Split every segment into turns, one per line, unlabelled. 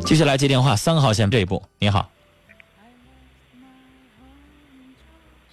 接下来接电话，三号线这一步。你好，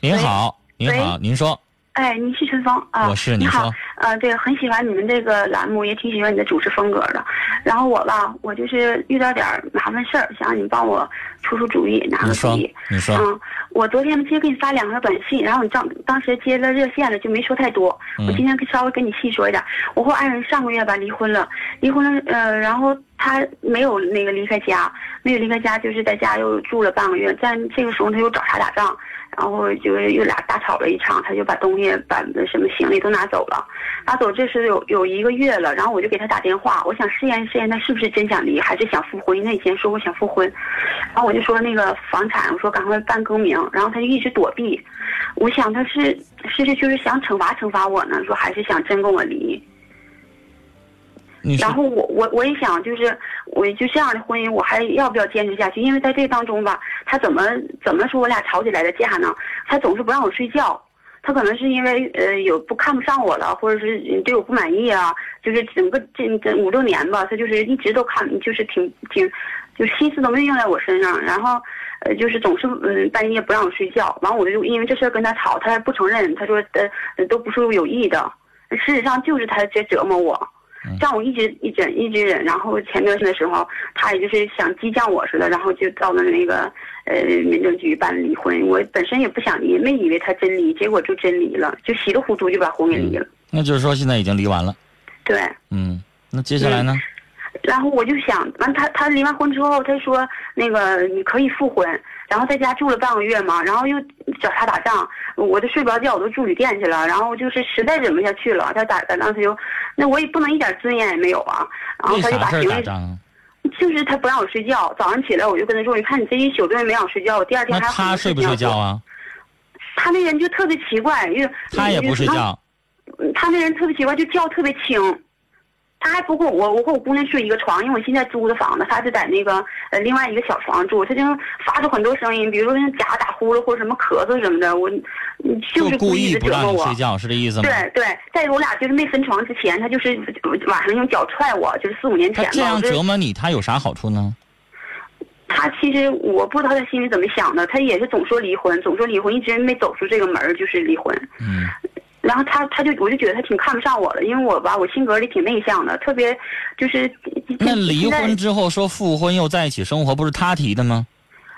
您好，您好，您说，
哎，你是陈峰啊，
我是
你
你
好
说，
呃，对，很喜欢你们这个栏目，也挺喜欢你的主持风格的。然后我吧，我就是遇到点儿麻烦事儿，想让你帮我出出主意，拿
您
个主
说
意。，
你说，
嗯，我昨天其实给你发两条短信，然后你当当时接了热线了，就没说太多。我今
嗯
天稍微跟你细说一点，我和我爱人上个月吧离婚了，离婚了，呃，然后他没有那个离开家，没有离开家，就是在家又住了半个月，但这个时候他又找茬打仗，然后就是又俩大吵了一场，他就把东西把什么行李都拿走了，拿走这是有有一个月了，然后我就给他打电话，我想试验试验他是不是真想离，还是想复婚，因为他以前说过想复婚，然后我就说那个房产，我说赶快办更名，然后他就一直躲避，我想他是是是就是想惩罚惩罚我呢，说还是想真跟我离。
你
然
说，
后我我我也想就是我就这样的婚姻我还要不要坚持下去？因为在这当中吧，他怎么怎么说我俩吵起来的架呢？他总是不让我睡觉。他可能是因为呃有不看不上我了，或者是嗯对我不满意啊，就是整个这这五六年吧，他就是一直都看，就是挺挺，就心思都没有用在我身上。然后，呃，就是总是嗯、半夜不让我睡觉，完我就因为这事儿跟他吵，他还不承认，他说呃呃都不是有意的，事实上就是他在折磨我。让我一直一直一直忍，然后前段时间的时候，他也就是想激将我似的，然后就到了那个呃民政局办离婚。我本身也不想离，没以为他真离，结果就真离了，就稀里糊涂就把婚给离了。
那就是说现在已经离完了，
对，
嗯，那接下来呢？
然后我就想，完他他离完婚之后，他说那个你可以复婚，然后在家住了半个月嘛，然后又找茬打仗，我都睡不着觉，我都住旅店去了，然后就是实在忍不下去了，他打打仗他就，那我也不能一点尊严也没有啊，然后
为
他就
啥
把
事儿
行
打
李
仗啊？
就是他不让我睡觉，早上起来我就跟他说：“你看你这一宿都没让我睡觉，我第二天
那
还有很
他
多
睡
事
不
情要
睡觉
做？
啊？
他那人就特别奇怪，就
他也不睡。觉，
嗯他那人特别奇怪，就觉特别轻。他还不跟我，我和我姑娘睡一个床，因为我现在租的房子，他是在那个呃另外一个小床住，他就发出很多声音，比如说像假打呼噜或者什么咳嗽什么的，我嗯
就是故意
的
不
折
让
磨
你
我
睡。觉，是这意思吗？
对对，在我俩就是没分床之前，他就是晚上用脚踹我，就是啊四五年
他
前
这
吧，
样
我就
折磨你，他有啥好处呢？
他其实我不知道他心里怎么想的，他也是总说离婚，总说离婚，一直没走出这个门儿就是离婚。
嗯，
然后他他就我就觉得他挺看不上我的，因为我吧我性格里挺内向的，特别就是
那离
现在
婚之后说复婚又在一起生活，不是他提的吗？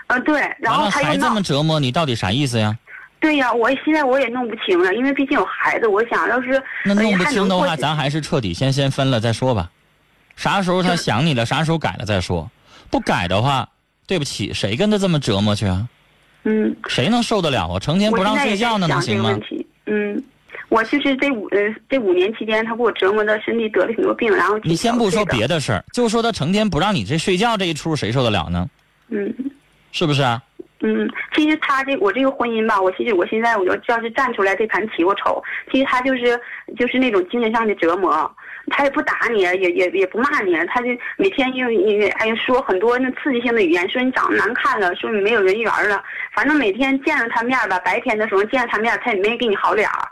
呃对，然
完
后
了
他
还
又
这
闹
么折磨你，到底啥意思呀？
对呀、我现在我也弄不清了，因为毕竟有孩子，我想要是
那弄不清的
哎还能过
话，
去
咱还是彻底先先分了再说吧。啥时候他想你了，啥时候改了再说。不改的话，对不起，谁跟他这么折磨去啊？
嗯，
谁能受得了啊？成天
我
不
现
让
在
睡
也在
觉那能
想这
行
个
吗
问？题，嗯。我就是这五呃这五年期间，他给我折磨的身体得了挺多病，然后挺
你先不说
憔悴的，
别的事儿，就说他成天不让你这睡觉这一出，谁受得了呢？
嗯，
是不是啊？
嗯，其实他这我这个婚姻吧，我其实我现在我就要是站出来这盘棋我瞅，其实他就是就是那种精神上的折磨，他也不打你，也也也不骂你，他就每天用你哎呀说很多那刺激性的语言，说你长得难看了，说你没有人缘了，反正每天见着他面吧，白天的时候见着他面，他也没给你好脸儿，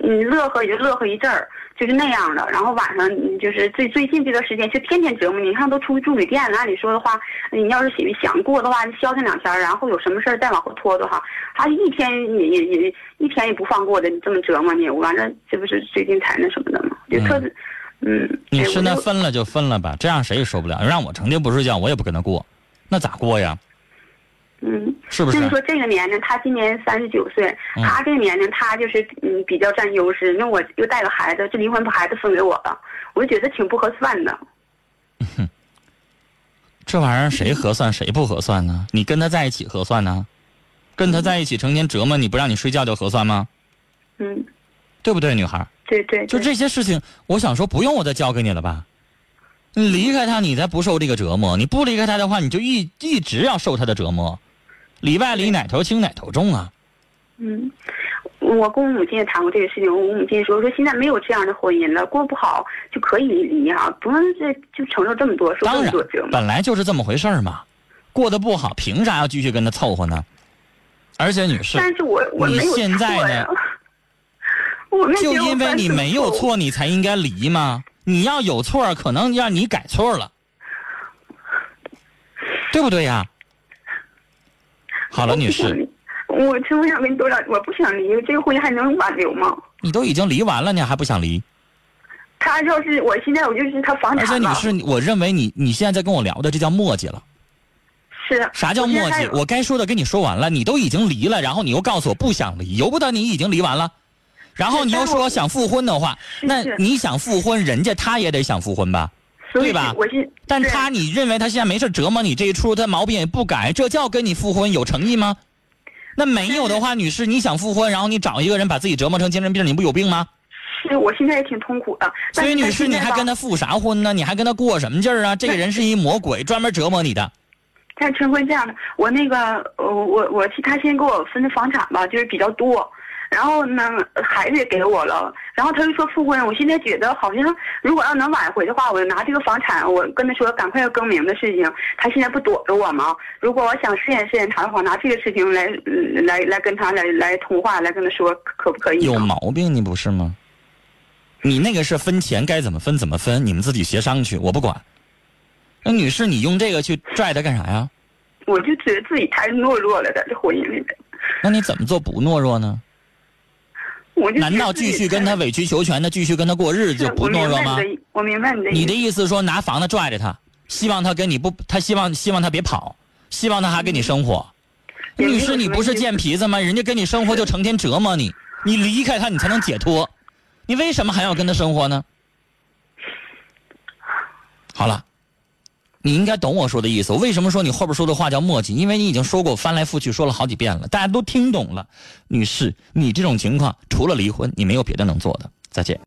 你乐呵也就乐呵一阵儿，就是那样的。然后晚上嗯就是最最近这段时间，就天天折磨你。你看都出去住旅店了，按理说的话，你要是想想过的话，你消停两天儿，然后有什么事儿再往后拖的话，他一天也也也一天也不放过的，你这么折磨你，我完了这不是最近才那什么的吗？就特别，嗯，
你
哎
现在
我就
分了就分了吧，这样谁也受不了。让我成天不睡觉，我也不跟他过，那咋过呀？
嗯。
是不
那
是
你？说这个年龄，他今年三十九岁，
嗯
他这个年龄他就是嗯比较占优势。那我又带个孩子，这离婚把孩子分给我了，我就觉得挺不合算的。
这玩意儿谁合算谁不合算呢？你跟他在一起合算呢？跟他在一起成天折磨你不让你睡觉就合算吗？
嗯，
对不对，女孩儿？
对对，
就
对，
这些事情，我想说不用我再教给你了吧？你离开他，你才不受这个折磨；你不离开他的话，你就一一直要受他的折磨。里外里哪头轻哪头重啊？
嗯。我跟我母亲也谈过这个事情，我母亲说说现在没有这样的婚姻了，过不好就可以离哈、不用这就承受这么多受
当
这么
然
多折，磨。
本来就是这么回事儿嘛。过得不好，凭啥要继续跟他凑合呢？而且，女士，
但是我我
你
没有
现在
错
呢
呀， 我没有
就
觉得我
因为
犯
你
什么
没有
误，
错，你才应该离吗？你要有错，可能让你改错了。对不对呀？好了，女士，，
我就不想跟你多聊，我不想离，这个婚姻还能挽留吗？
你都已经离完了，你还不想离？
他要是我现在我就是他房
而且
产
女
了，
士，我认为你你现在在跟我聊的这叫墨迹了。
是啊
啥叫墨
我现在
迹？我该说的跟你说完了，你都已经离了，然后你又告诉我不想离，由不得你已经离完了，然后你又说想复婚的话，
是
那
是
你想复婚，人家他也得想复婚吧？
所以
对吧
我是，
但
对
他你认为他现在没事折磨你这一出，他毛病也不改，这叫跟你复婚有诚意吗？那没有的话，女士，你想复婚，然后你找一个人把自己折磨成精神病，你不有病吗？
是我现在也挺痛苦的。
所
但
以，
是
女
他
士，你
现在
还
吧
跟他复啥婚呢？你还跟他过什么劲儿啊？这个人是一魔鬼，专门折磨你的。
但陈坤这样的，我那个，呃，我我替他先给我分的房产吧，就是比较多，然后呢，孩子也给我了，然后他又说复婚，我现在觉得好像如果要能挽回的话，我拿这个房产，我跟他说赶快要更名的事情，他现在不躲着我吗？如果我想试验试验他的话，拿这个事情来嗯来来跟他来来通话，来跟他说可不可以？啊
有？毛病，你不是吗？你那个是分钱该怎么分怎么分，你们自己协商去，我不管。那女士，你用这个去拽他干啥呀？
我就觉得自己太懦弱了，在这婚姻里边，
那你怎么做不懦弱呢？
我就觉得
难道
自己
继续跟他
太
委曲求全的继续跟他过日子就不懦弱吗？？
是我明白你的意，我明白
你
你
的
的意思，
意思说拿房子拽着他，希望他跟你不，他希望希望他别跑，希望他还跟你生活。
也没
女
有
士，你
什么
不是
意思
贱皮子吗？人家跟你生活就成天折磨你，你离开他你才能解脱，你为什么还要跟他生活呢？好了，你应该懂我说的意思。我为什么说你后边说的话叫墨迹？因为你已经说过，翻来覆去说了好几遍了，大家都听懂了。女士，你这种情况除了离婚，你没有别的能做的。再见。